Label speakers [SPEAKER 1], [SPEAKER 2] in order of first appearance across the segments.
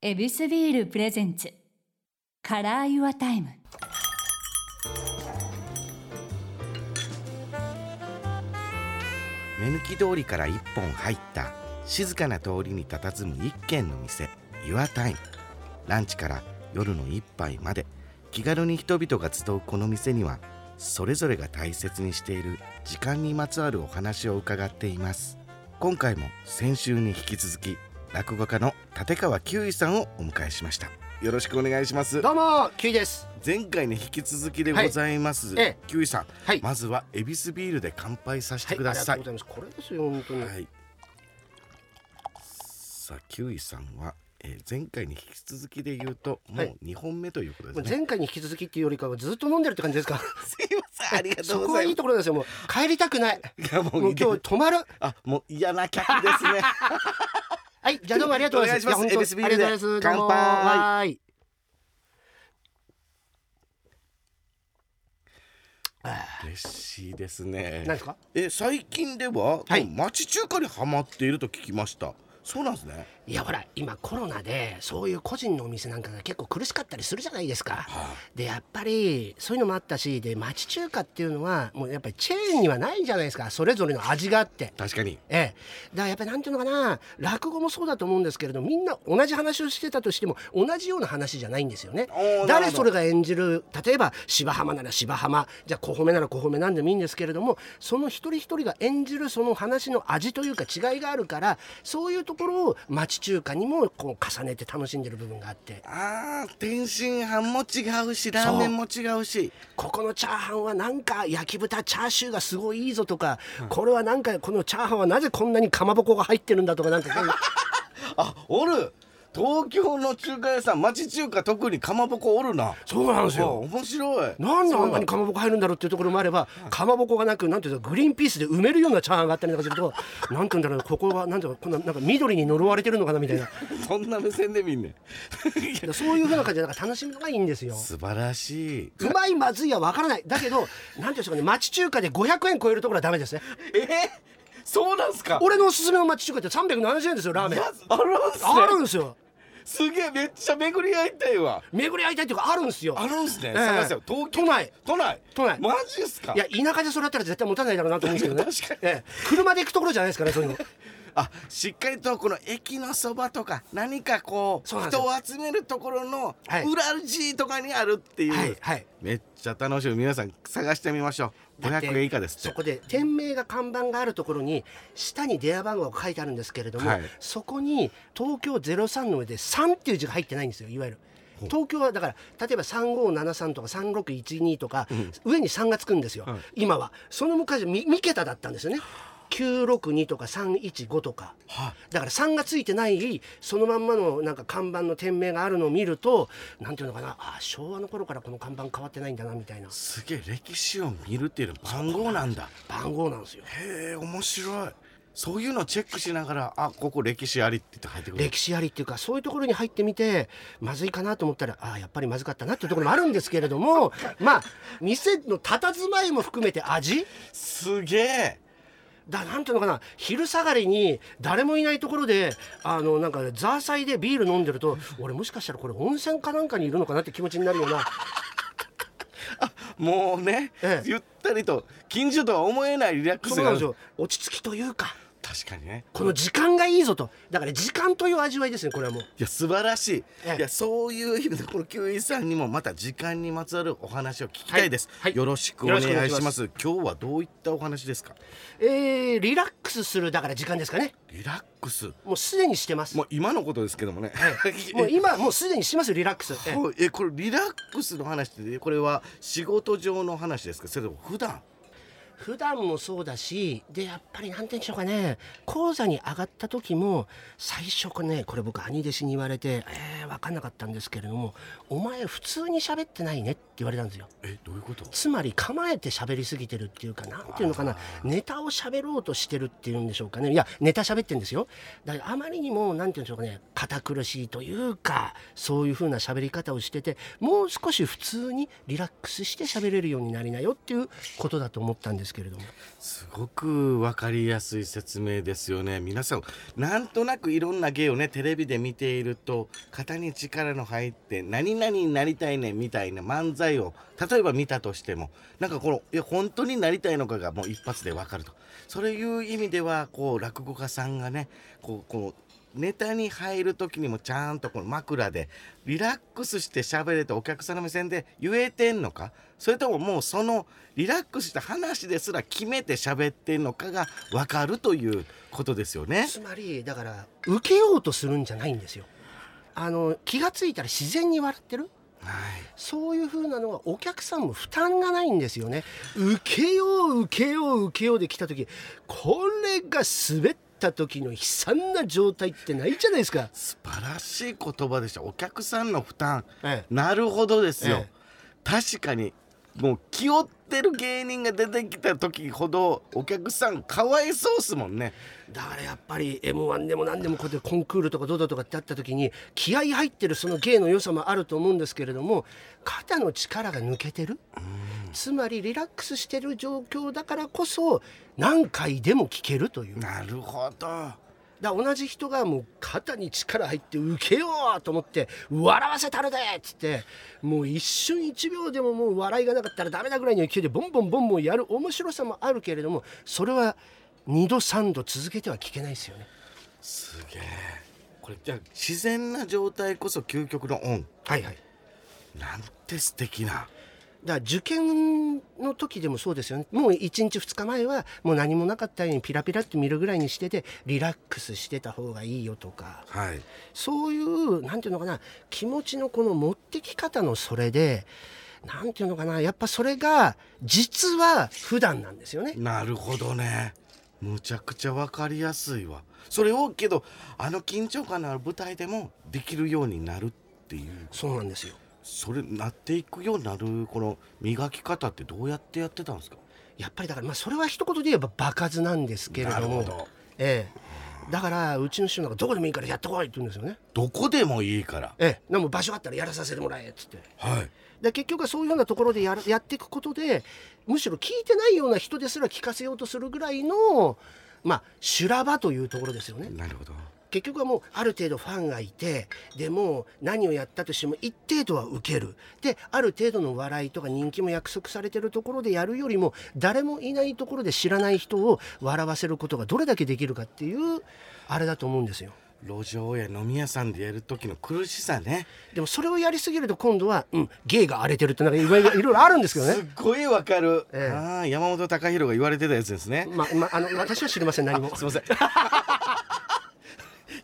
[SPEAKER 1] エビスビールプレゼンツカラーユアタイム
[SPEAKER 2] 目抜き通りから一本入った静かな通りに佇む一軒の店 YourTime ランチから夜の一杯まで気軽に人々が集うこの店にはそれぞれが大切にしている時間にまつわるお話を伺っています今回も先週に引き続き落語家の立川久衣さんをお迎えしましたよろしくお願いします
[SPEAKER 3] どうも、キュイです。
[SPEAKER 2] 前回に引き続きでございます、
[SPEAKER 3] はいええ
[SPEAKER 2] 久衣さん、
[SPEAKER 3] はい
[SPEAKER 2] まずは恵比寿ビールで乾杯させてくださ
[SPEAKER 3] あ
[SPEAKER 2] い
[SPEAKER 3] りがとうございます。これですよ、本当に。
[SPEAKER 2] はい。さあ、キウイさんは、えー、前回に引き続きで言うと、も
[SPEAKER 3] は
[SPEAKER 2] う
[SPEAKER 3] い
[SPEAKER 2] 二本目ということ
[SPEAKER 3] も
[SPEAKER 2] で
[SPEAKER 3] う
[SPEAKER 2] すね。
[SPEAKER 3] 前回に引き続きっていうよりかはずっと飲んでるって感じですか。
[SPEAKER 2] すいません、ありが
[SPEAKER 3] そ
[SPEAKER 2] とう
[SPEAKER 3] こ
[SPEAKER 2] ござ
[SPEAKER 3] はい
[SPEAKER 2] ま
[SPEAKER 3] いところですよ。もう帰りたくない。
[SPEAKER 2] す。いや、も
[SPEAKER 3] も
[SPEAKER 2] う
[SPEAKER 3] う
[SPEAKER 2] いいで
[SPEAKER 3] 今日泊まる。
[SPEAKER 2] あ、もう嫌な客です ね。
[SPEAKER 3] はい、じゃあどうもありがとうございます。
[SPEAKER 2] お願いします
[SPEAKER 3] や本当
[SPEAKER 2] エビスビールで
[SPEAKER 3] ありがとうございます。どうも
[SPEAKER 2] 乾杯
[SPEAKER 3] はーい。
[SPEAKER 2] 嬉しいですね。
[SPEAKER 3] 何ですか。
[SPEAKER 2] え、最近では、
[SPEAKER 3] はい
[SPEAKER 2] もう町中華にハマっていると聞きました。そうなんですね。
[SPEAKER 3] いやほら今コロナでそういう個人のお店なんかが結構苦しかったりするじゃないですか、でやっぱりそういうのもあったしで町中華っていうのはもうやっぱりチェーンにはないじゃないですかそれぞれの味があって
[SPEAKER 2] 確かに。
[SPEAKER 3] ええ、だからやっぱりなんていうのかな落語もそうだと思うんですけれどみんな同じ話をしてたとしても同じような話じゃないんですよね
[SPEAKER 2] おーなるほど。
[SPEAKER 3] 誰それが演じる例えば芝浜なら芝浜じゃあ小褒めなら小褒めなんでもいいんですけれどもその一人一人が演じるその話の味というか違いがあるからそういうところを町中華にもこう重ねて楽しんでる部分があって
[SPEAKER 2] ああ、天津飯も違うし、ラーメンも違うし。
[SPEAKER 3] ここのチャーハンはなんか焼き豚チャーシューがすごいいいぞとか、これはなんかこのチャーハンはなぜこんなにかまぼこが入ってるんだとかなんかそういう。
[SPEAKER 2] あ、おる。東京の中華屋さん、町中華特にかまぼこおるな。
[SPEAKER 3] そうなんですよ
[SPEAKER 2] あ面白い。
[SPEAKER 3] なんであんなにかまぼこ入るんだろうっていうところもあればかまぼこがなくなんていうのグリーンピースで埋めるようなチャーハンがあったりなんかするとなんていうんだろうここはなんていうのこんななんか緑に呪われてるのかなみたいな
[SPEAKER 2] そんな目線で見んねん
[SPEAKER 3] そういうふうな感じでなんか楽しみのがいいんです よ。
[SPEAKER 2] 素晴らしいう
[SPEAKER 3] まいまずいはわからないだけどなんていうんですかね町中華で500円超えるところはダメですね
[SPEAKER 2] えそうなんすか
[SPEAKER 3] 俺のおすすめの町中華って370円ですよラーメン
[SPEAKER 2] あるんすね
[SPEAKER 3] あるんですよ
[SPEAKER 2] すげえめっちゃ巡り合いたいわ
[SPEAKER 3] 巡り合いたいっていうかあるんですよ
[SPEAKER 2] あるんすね、
[SPEAKER 3] ええ
[SPEAKER 2] 探せよ東京
[SPEAKER 3] 都内
[SPEAKER 2] 都内
[SPEAKER 3] 都内
[SPEAKER 2] マジっすか
[SPEAKER 3] いや田舎でそれやったら絶対持たないだろうなと思うんですけどね
[SPEAKER 2] 確かに
[SPEAKER 3] ええ車で行くところじゃないですかねそういうの
[SPEAKER 2] あしっかりとこの駅のそばとか何かこう
[SPEAKER 3] そうなんです
[SPEAKER 2] 人
[SPEAKER 3] よ
[SPEAKER 2] を集めるところの
[SPEAKER 3] はい
[SPEAKER 2] 裏地とかにあるっていう、
[SPEAKER 3] はいはい
[SPEAKER 2] めっちゃ楽しみ皆さん探してみましょう
[SPEAKER 3] だって
[SPEAKER 2] 500円以下です
[SPEAKER 3] そ
[SPEAKER 2] って
[SPEAKER 3] こで店名が看板があるところに下に電話番号が書いてあるんですけれども、
[SPEAKER 2] はい
[SPEAKER 3] そこに東京03の上で3っていう字が入ってないんですよいわゆる。東京はだから例えば3573とか3612とか、上に3がつくんですよ、今はその昔は 2, 桁だったんですよね962とか315とか、だから3がついてないそのまんまのなんか看板の店名があるのを見るとなんていうのかなあ昭和の頃からこの看板変わってないんだなみたいな
[SPEAKER 2] すげえ歴史を見るっていうの番号なんだ
[SPEAKER 3] 番号なんですよ
[SPEAKER 2] へえ面白いそういうのをチェックしながらあここ歴史ありって言って入ってくる
[SPEAKER 3] 歴史ありっていうかそういうところに入ってみてまずいかなと思ったらああやっぱりまずかったなっていうところもあるんですけれどもまあ店の佇まいも含めて味
[SPEAKER 2] すげえ
[SPEAKER 3] だなんていうのかな昼下がりに誰もいないところであのなんかザーサイでビール飲んでると俺もしかしたらこれ温泉かなんかにいるのかなって気持ちになるような
[SPEAKER 2] もうね、
[SPEAKER 3] ええ
[SPEAKER 2] ゆったりと近所とは思えないリラックス
[SPEAKER 3] そう
[SPEAKER 2] が
[SPEAKER 3] なんですよ落ち着きというか
[SPEAKER 2] 確かにね
[SPEAKER 3] この時間がいいぞとだから時間という味わいですねこれはもう。
[SPEAKER 2] いや素晴らしい、
[SPEAKER 3] ええ
[SPEAKER 2] いやそういう意味でこの九一さんにもまた時間にまつわるお話を聞きたいです、
[SPEAKER 3] はいはい
[SPEAKER 2] よろしくお願いし
[SPEAKER 3] よろしくお願い
[SPEAKER 2] ま
[SPEAKER 3] します
[SPEAKER 2] 今日はどういったお話ですか
[SPEAKER 3] えー、リラックスするだから時間ですかね
[SPEAKER 2] リラックス
[SPEAKER 3] もうすでにしてます。
[SPEAKER 2] もう今のことですけどもね、
[SPEAKER 3] はい、もう今もうすでにしますよリラックス。え
[SPEAKER 2] はい えこれリラックスの話ってこれは仕事上の話ですかそれとも普段
[SPEAKER 3] 普段もそうだしでやっぱりなんて言うんでしょうかね講座に上がった時も最初これねこれ僕兄弟子に言われて、えー、分かんなかったんですけれども「お前普通に喋ってないね」って言われたんですよ。
[SPEAKER 2] えどういうこと
[SPEAKER 3] つまり構えて喋りすぎてるっていうかなんていうのかなネタを喋ろうとしてるっていうんでしょうかねいやネタ喋ってるんですよだからあまりにもなんていうんでしょうかね堅苦しいというかそういうふうな喋り方をしててもう少し普通にリラックスして喋れるようになりなよっていうことだと思ったんですけれども
[SPEAKER 2] すごく分かりやすい説明ですよね皆さんなんとなくいろんな芸をねテレビで見ていると形肩に力の入って何々になりたいねみたいな漫才を例えば見たとしてもなんかこのいや本当になりたいのかがもう一発でわかるとそういう意味ではこう落語家さんがねこうこうネタに入る時にもちゃんとこの枕でリラックスして喋れてお客さんの目線で言えてんのかそれとももうそのリラックスした話ですら決めて喋ってんのかが分かるということですよね。
[SPEAKER 3] つまりだから受けようとするんじゃないんですよあの気がついたら自然に笑ってる
[SPEAKER 2] はい
[SPEAKER 3] そういう風なのはお客さんも負担がないんですよね受けよう受けよう受けようで来た時これが滑った時の悲惨な状態ってないじゃないですか
[SPEAKER 2] 素晴らしい言葉でしたお客さんの負担、
[SPEAKER 3] ええ
[SPEAKER 2] なるほどですよ、
[SPEAKER 3] ええ
[SPEAKER 2] 確かにもう気負ってる芸人が出てきた時ほどお客さんかわいそうっすもんね
[SPEAKER 3] だからやっぱり m 1でも何でもこうやってコンクールとかどうだとかってあった時に気合い入ってるその芸の良さもあると思うんですけれども肩の力が抜けてるつまりリラックスしてる状況だからこそ何回でも聞けるという
[SPEAKER 2] なるほど
[SPEAKER 3] だから同じ人がもう肩に力入って受けようと思って笑わせたるでっつってもう一瞬一秒でももう笑いがなかったらダメだぐらいの勢いでボンボンボンボンやる面白さもあるけれどもそれは2度3度続けては聞けないですよね。
[SPEAKER 2] すげえこれじゃあ自然な状態こそ究極のオン
[SPEAKER 3] はいはい
[SPEAKER 2] なんて素敵な
[SPEAKER 3] だから受験の時でもそうですよねもう1日2日前はもう何もなかったようにピラピラって見るぐらいにしててリラックスしてた方がいいよとか
[SPEAKER 2] はい
[SPEAKER 3] そういうなんていうのかな気持ちのこの持ってき方のそれでなんていうのかなやっぱそれが実は普段なんですよね。
[SPEAKER 2] なるほどねむちゃくちゃ分かりやすいわそれをけどあの緊張感のある舞台でもできるようになるっていう
[SPEAKER 3] そうなんですよ
[SPEAKER 2] それなっていくようになるこの磨き方ってどうやってやってたんですか
[SPEAKER 3] やっぱりだから、まあ、それは一言で言えば場数なんですけれども
[SPEAKER 2] なるほど
[SPEAKER 3] ええ、だからうちの師匠なんかどこでもいいからやってこいって言うんですよね。
[SPEAKER 2] どこでもいいから
[SPEAKER 3] ええ、でも場所あったらやらさせてもらえっつって。
[SPEAKER 2] はい
[SPEAKER 3] で結局はそういうようなところでやるやっていくことでむしろ聞いてないような人ですら聞かせようとするぐらいのまあ修羅場というところですよね
[SPEAKER 2] なるほど
[SPEAKER 3] 結局はもうある程度ファンがいてでもう何をやったとしても一定度は受けるである程度の笑いとか人気も約束されてるところでやるよりも誰もいないところで知らない人を笑わせることがどれだけできるかっていうあれだと思うんですよ。
[SPEAKER 2] 路上や飲み屋さんでやる時の苦しさね
[SPEAKER 3] でもそれをやりすぎると今度は、うん、芸が荒れてるってなんかいろいろいろいろあるんですけど
[SPEAKER 2] す
[SPEAKER 3] ね
[SPEAKER 2] っ。ごいわかる、
[SPEAKER 3] ええ
[SPEAKER 2] ああ山本貴弘が言われてたやつですね
[SPEAKER 3] ま、ま、あの、私は知りません、何も。
[SPEAKER 2] すいません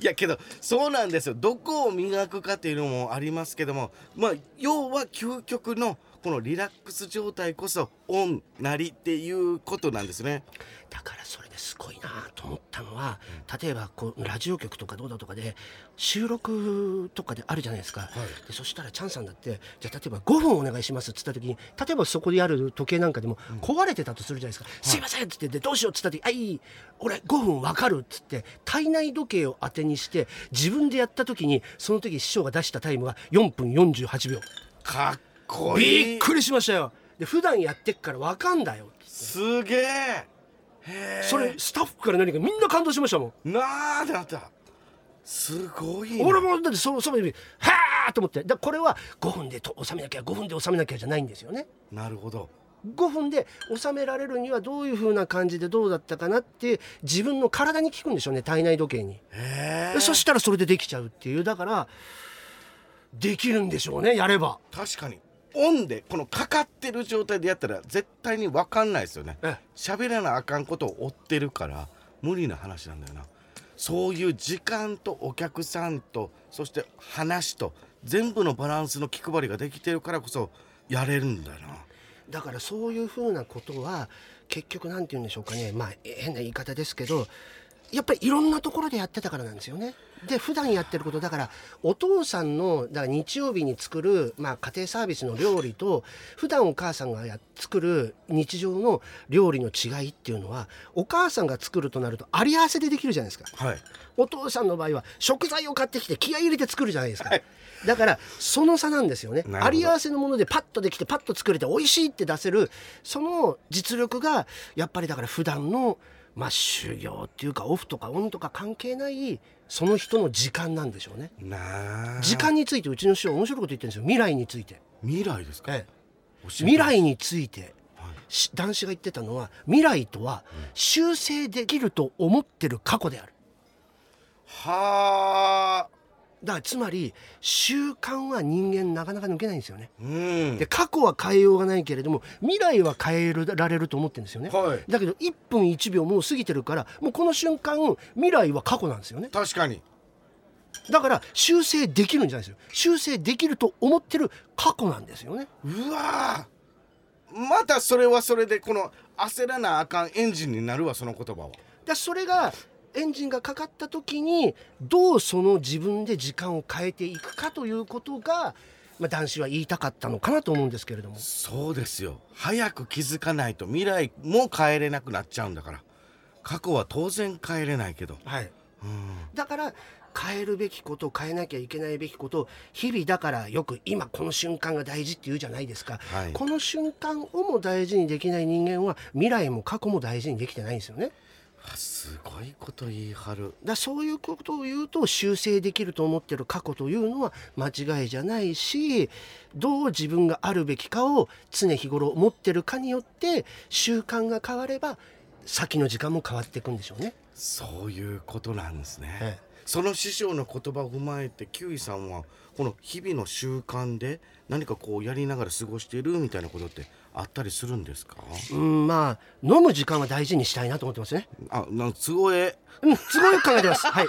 [SPEAKER 2] いやけどそうなんですよどこを磨くかっていうのもありますけどもまあ要は究極のこのリラックス状態こそオンなりっていうことなんですね
[SPEAKER 3] だから、それですごいなと思ったのは、例えば、こう、ラジオ局とかどうだとかで、収録とかであるじゃないですか。でそしたら、チャンさんだって、じゃあ、例えば5分お願いしますって言った時に、例えばそこである時計なんかでも、壊れてたとするじゃないですか。すいませんって言って、でどうしようって言った時、あ、いい、俺5分わかるっつって、体内時計を当てにして、自分でやった時に、その時師匠が出したタイムは4分48秒。
[SPEAKER 2] かっこいい
[SPEAKER 3] びっくりしましたよ。で、普段やってっからわかんだよ。
[SPEAKER 2] すげえへえ
[SPEAKER 3] それスタッフから何かみんな感動しましたもん、
[SPEAKER 2] なあってなったすごいな
[SPEAKER 3] 俺もだってそうそういうはあと思ってだからこれは5分でと収めなきゃ5分で収めなきゃじゃないんですよね
[SPEAKER 2] なるほど
[SPEAKER 3] 5分で収められるにはどういう風な感じでどうだったかなって自分の体に効くんでしょうね体内時計に、
[SPEAKER 2] へえ
[SPEAKER 3] そしたらそれでできちゃうっていうだからできるんでしょうねやれば、
[SPEAKER 2] 確かにオンでこのかかってる状態でやったら絶対に分かんないですよね
[SPEAKER 3] ええ
[SPEAKER 2] 喋らなあかんことを追ってるから無理な話なんだよなそういう時間とお客さんとそして話と全部のバランスの気配りができてるからこそやれるんだよな
[SPEAKER 3] だからそういうふうなことは結局なんて言うんでしょうかねまあ変な言い方ですけどやっぱりいろんなところでやってたからなんですよね。で普段やってることだからお父さんのだから日曜日に作る、まあ、家庭サービスの料理と普段お母さんがや作る日常の料理の違いっていうのはお母さんが作るとなるとあり合わせでできるじゃないですか。
[SPEAKER 2] はい
[SPEAKER 3] お父さんの場合は食材を買ってきて気合い入れて作るじゃないですか、だからその差なんですよね
[SPEAKER 2] なるほど
[SPEAKER 3] あり合わせのものでパッとできてパッと作れて美味しいって出せるその実力がやっぱりだから普段のまあ修行っていうかオフとかオンとか関係ないその人の時間なんでしょうね
[SPEAKER 2] なあ
[SPEAKER 3] 時間についてうちの師匠面白いこと言ってるんですよ未来について、
[SPEAKER 2] 未来ですか、教え
[SPEAKER 3] ええ
[SPEAKER 2] てほしい
[SPEAKER 3] 未来について
[SPEAKER 2] はい
[SPEAKER 3] し男子が言ってたのは未来とは修正できると思ってる過去である
[SPEAKER 2] はあ
[SPEAKER 3] だからつまり習慣は人間なかなか抜けないんですよね
[SPEAKER 2] うん
[SPEAKER 3] で過去は変えようがないけれども未来は変えられると思ってるんですよね、
[SPEAKER 2] はい
[SPEAKER 3] だけど1分1秒もう過ぎてるからもうこの瞬間未来は過去なんですよね
[SPEAKER 2] 確かに
[SPEAKER 3] だから修正できるんじゃないですよ修正できると思ってる過去なんですよね
[SPEAKER 2] うわーまたそれはそれでこの焦らなあかんエンジンになるわその言葉は
[SPEAKER 3] でそれがエンジンがかかった時にどうその自分で時間を変えていくかということが、まあ、男子は言いたかったのかなと思うんですけれども
[SPEAKER 2] そうですよ早く気づかないと未来も変えれなくなっちゃうんだから過去は当然変えれないけど
[SPEAKER 3] はい
[SPEAKER 2] うん
[SPEAKER 3] だから変えるべきこと変えなきゃいけないべきこと日々だからよく今この瞬間が大事って言うじゃないですか、
[SPEAKER 2] はい
[SPEAKER 3] この瞬間をも大事にできない人間は未来も過去も大事にできてないんですよね
[SPEAKER 2] あすごいこと言い張る
[SPEAKER 3] だからそういうことを言うと修正できると思ってる過去というのは間違いじゃないしどう自分があるべきかを常日頃持ってるかによって習慣が変われば先の時間も変わっていくんでしょうね。
[SPEAKER 2] そういうことなんですね、
[SPEAKER 3] ええ
[SPEAKER 2] その師匠の言葉を踏まえてキウイさんはこの日々の習慣で何かこうやりながら過ごしているみたいなことってあったりするんですか
[SPEAKER 3] うんまあ飲む時間は大事にしたいなと思ってますね。
[SPEAKER 2] あなんかすごい
[SPEAKER 3] うんすごいよく考えてま す。はい。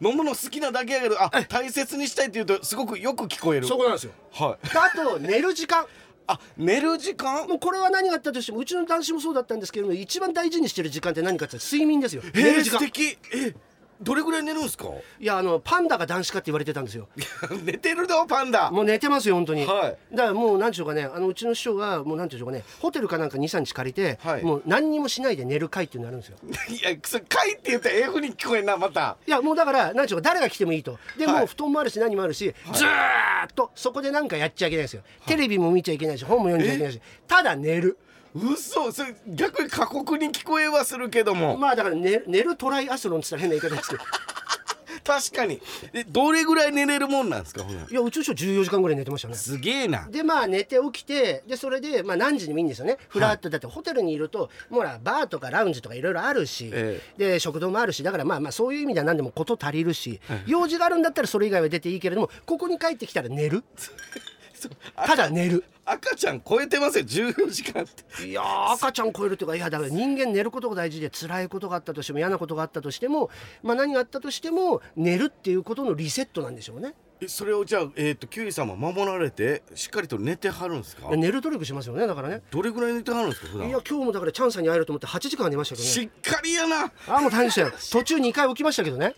[SPEAKER 2] 飲むの好きなだけやけどあ大切にしたいっていうとすごくよく聞こえる
[SPEAKER 3] そこなんですよ。
[SPEAKER 2] はい
[SPEAKER 3] あと寝る時間。
[SPEAKER 2] あ寝る時間
[SPEAKER 3] もうこれは何があったとしてもうちの男子もそうだったんですけれども一番大事にしてる時間って何かって言ったら睡眠ですよ。
[SPEAKER 2] え
[SPEAKER 3] 寝る
[SPEAKER 2] ー、
[SPEAKER 3] 時
[SPEAKER 2] 素
[SPEAKER 3] 間。
[SPEAKER 2] 敵えどれぐらい寝るんですか
[SPEAKER 3] いやあのパンダが男子かって言われてたんですよ。
[SPEAKER 2] 寝てるぞパンダ
[SPEAKER 3] もう寝てますよ本当に、
[SPEAKER 2] はい
[SPEAKER 3] だからもう何でしょうかねあのうちの師匠がもう何でしょうかねホテルかなんか23日借りて、
[SPEAKER 2] はい
[SPEAKER 3] もう何にもしないで寝る会っていうのあるんですよ
[SPEAKER 2] いやそれ「かい」って言ったらええふうに聞こえんなまた
[SPEAKER 3] いやもうだから何でしょうか誰が来てもいいとで、
[SPEAKER 2] はい
[SPEAKER 3] もう布団もあるし何もあるし、ずーっとそこで何かやっちゃいけないんですよ、テレビも見ちゃいけないし本も読んじゃいけないしただ寝る
[SPEAKER 2] 嘘それ逆に過酷に聞こえはするけども、
[SPEAKER 3] まあだから寝寝るトライアスロンって言ったら変な言い方ですけど
[SPEAKER 2] 確かにえどれぐらい寝れるもんなんですかほない
[SPEAKER 3] やうちの師匠14時間ぐらい寝てましたね
[SPEAKER 2] すげえな
[SPEAKER 3] でまあ寝て起きてでそれで、まあ、何時にもいいんですよねフラッと、だってホテルにいるともうほらバーとかラウンジとかいろいろあるし、
[SPEAKER 2] え
[SPEAKER 3] で食堂もあるしだからまあまあそういう意味では何でも事足りるし、用事があるんだったらそれ以外は出ていいけれどもここに帰ってきたら寝る
[SPEAKER 2] そうあ
[SPEAKER 3] ただ寝る
[SPEAKER 2] 赤ちゃん超えてますよ14時間って
[SPEAKER 3] いやー赤ちゃん超えるというかいやだから人間寝ることが大事で辛いことがあったとしても嫌なことがあったとしても、まあ、何があったとしても寝るっていうことのリセットなんでしょうね
[SPEAKER 2] えそれをじゃあえっ、とキュウリさんは守られてしっかりと寝てはるんですか
[SPEAKER 3] 寝る努力しますよねだからね
[SPEAKER 2] どれぐらい寝てはるんですか普
[SPEAKER 3] い
[SPEAKER 2] 段
[SPEAKER 3] や今日もだからチャンさんに会えると思って8時間は寝ましたけどね
[SPEAKER 2] しっかりやな
[SPEAKER 3] あもう大変 でしたよ途中2回起きましたけどね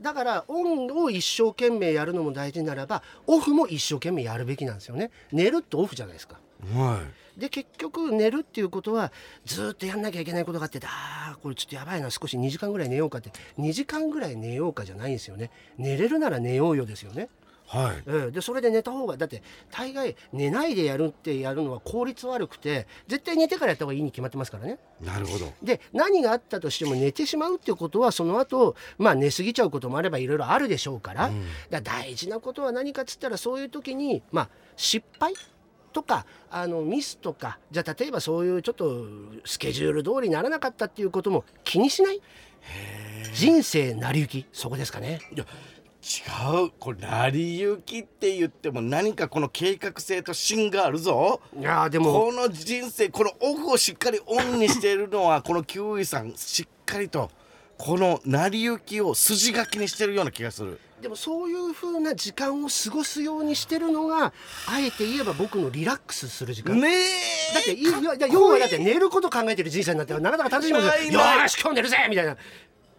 [SPEAKER 3] だからオンを一生懸命やるのも大事ならばオフも一生懸命やるべきなんですよね寝るってオフじゃないですか
[SPEAKER 2] は
[SPEAKER 3] で結局寝るっていうことはずーっとやんなきゃいけないことがあってあーこれちょっとやばいな少し2時間ぐらい寝ようかって2時間ぐらい寝ようかじゃないんですよね寝れるなら寝ようよですよね
[SPEAKER 2] いはい
[SPEAKER 3] うん、でそれで寝た方がだって大概寝ないでやるってやるのは効率悪くて絶対寝てからやった方がいいに決まってますからね
[SPEAKER 2] なるほど
[SPEAKER 3] で何があったとしても寝てしまうっていうことはその後まあ寝過ぎちゃうこともあればいろいろあるでしょうから,、だから大事なことは何かっつったらそういう時に、まあ、失敗とかあのミスとかじゃあ例えばそういうちょっとスケジュール通りにならなかったっていうことも気にしない人生成り行きそこですかね。
[SPEAKER 2] いや違うこれ成り行きって言っても何かこの計画性と芯があるぞ
[SPEAKER 3] いやーでも
[SPEAKER 2] この人生このオフをしっかりオンにしているのはこのキウイさんしっかりとこの成り行きを筋書きにしてるような気がする
[SPEAKER 3] でもそういう風な時間を過ごすようにしてるのがあえて言えば僕のリラックスする時間。
[SPEAKER 2] ねえ
[SPEAKER 3] だっていいいやいや要はだって寝ること考えてる人生になってはなかなか楽しみです
[SPEAKER 2] ない
[SPEAKER 3] よよ
[SPEAKER 2] ない
[SPEAKER 3] ーし今日寝るぜみたいな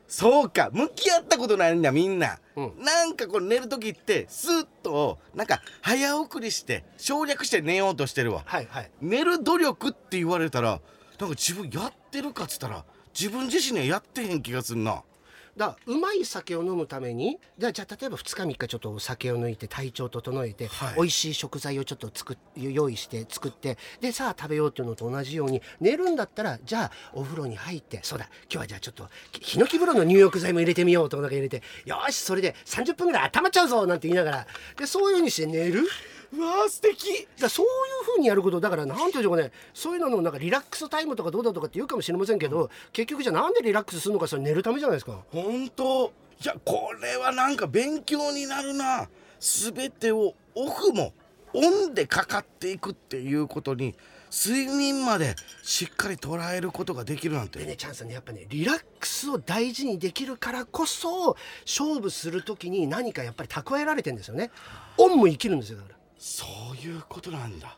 [SPEAKER 2] そうか向き合ったことないんだみんな、
[SPEAKER 3] うん
[SPEAKER 2] なんかこう寝る時ってスッとなんか早送りして省略して寝ようとしてるわ
[SPEAKER 3] はいはい
[SPEAKER 2] 寝る努力って言われたらなんか自分やってるかっつったら自分自身にはやってへん気がするな
[SPEAKER 3] だからうまい酒を飲むためにじゃあじゃあ例えば2日3日ちょっとお酒を抜いて体調整えて、
[SPEAKER 2] はい
[SPEAKER 3] 美味しい食材をちょっと作っ用意して作ってでさあ食べようっていうのと同じように寝るんだったらじゃあお風呂に入ってそうだ今日はじゃあちょっとひヒノキ風呂の入浴剤も入れてみようとだけ入れてよーしそれで30分ぐらい頭ちゃうぞなんて言いながらでそういうふうにして寝る。
[SPEAKER 2] うわー素敵
[SPEAKER 3] だからそういうふうにやることだからなんていうんでしょうかねそういうののなんかリラックスタイムとかどうだとかって言うかもしれませんけど、結局じゃあなんでリラックスするのかそれ寝るためじゃないですか。
[SPEAKER 2] 本当いやこれはなんか勉強になるな全てをオフもオンでかかっていくっていうことに睡眠までしっかり捉えることができるなんて
[SPEAKER 3] でねチャンさんねやっぱねリラックスを大事にできるからこそ勝負する時に何かやっぱり蓄えられてんですよね。オンも生きるんですよだから。
[SPEAKER 2] そういうことなんだ